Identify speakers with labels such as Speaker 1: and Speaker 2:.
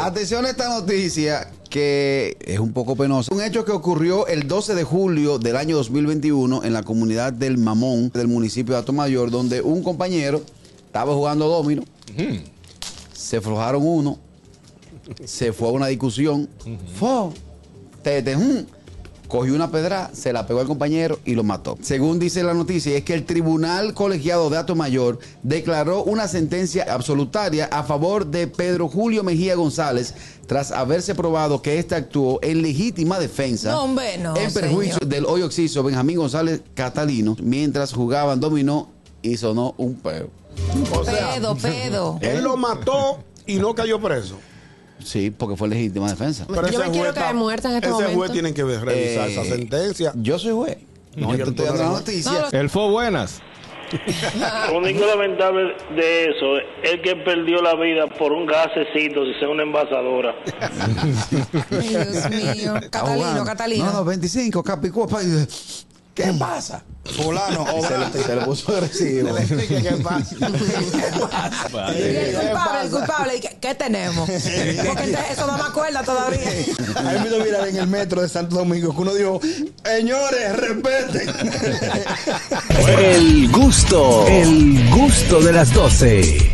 Speaker 1: Atención a esta noticia que es un poco penosa. Un hecho que ocurrió el 12 de julio del año 2021 en la comunidad del Mamón del municipio de Atomayor, donde un compañero estaba jugando domino, se aflojaron uno, se fue a una discusión, fo, te, te, jum, cogió una pedra, se la pegó al compañero y lo mató. Según dice la noticia, es que el Tribunal Colegiado de Ato Mayor declaró una sentencia absolutaria a favor de Pedro Julio Mejía González tras haberse probado que éste actuó en legítima defensa
Speaker 2: No, hombre, no,
Speaker 1: en perjuicio
Speaker 2: señor.
Speaker 1: del hoy oxiso Benjamín González Catalino mientras jugaban dominó y sonó un peo.
Speaker 3: O sea,
Speaker 2: Pedo, pedo.
Speaker 3: él lo mató y no cayó preso.
Speaker 1: Sí, porque fue legítima defensa.
Speaker 3: Pero
Speaker 2: Yo
Speaker 3: ese
Speaker 2: me quiero
Speaker 3: está-
Speaker 2: caer muerta en este
Speaker 3: ese juez
Speaker 2: momento.
Speaker 3: tiene que ver- revisar esa
Speaker 1: Eh,
Speaker 3: sentencia.
Speaker 1: Yo soy juez. yo
Speaker 3: No, yo
Speaker 1: te
Speaker 3: no
Speaker 1: estoy
Speaker 3: puedo
Speaker 1: dando la
Speaker 3: hablar.
Speaker 1: noticia.
Speaker 2: No, lo-
Speaker 4: El fue buenas.
Speaker 5: Lo único lamentable de eso es que perdió la vida por un gasecito, si sea una envasadora.
Speaker 2: Ay, Dios mío.
Speaker 1: Está
Speaker 2: Catalino,
Speaker 1: jugando. No, no,
Speaker 2: Catalino.
Speaker 1: 25, Capicúa. pa- ¿Qué pasa?
Speaker 3: Fulano,
Speaker 1: Y se, le, se le puso agresivo.
Speaker 2: Y El culpable, el culpable. ¿Y ¿Qué, qué tenemos? Porque este- eso no me acuerda todavía.
Speaker 6: Hay un video viral en el metro de Santo Domingo que uno dijo, señores, respeten.
Speaker 7: El gusto, el gusto de las doce.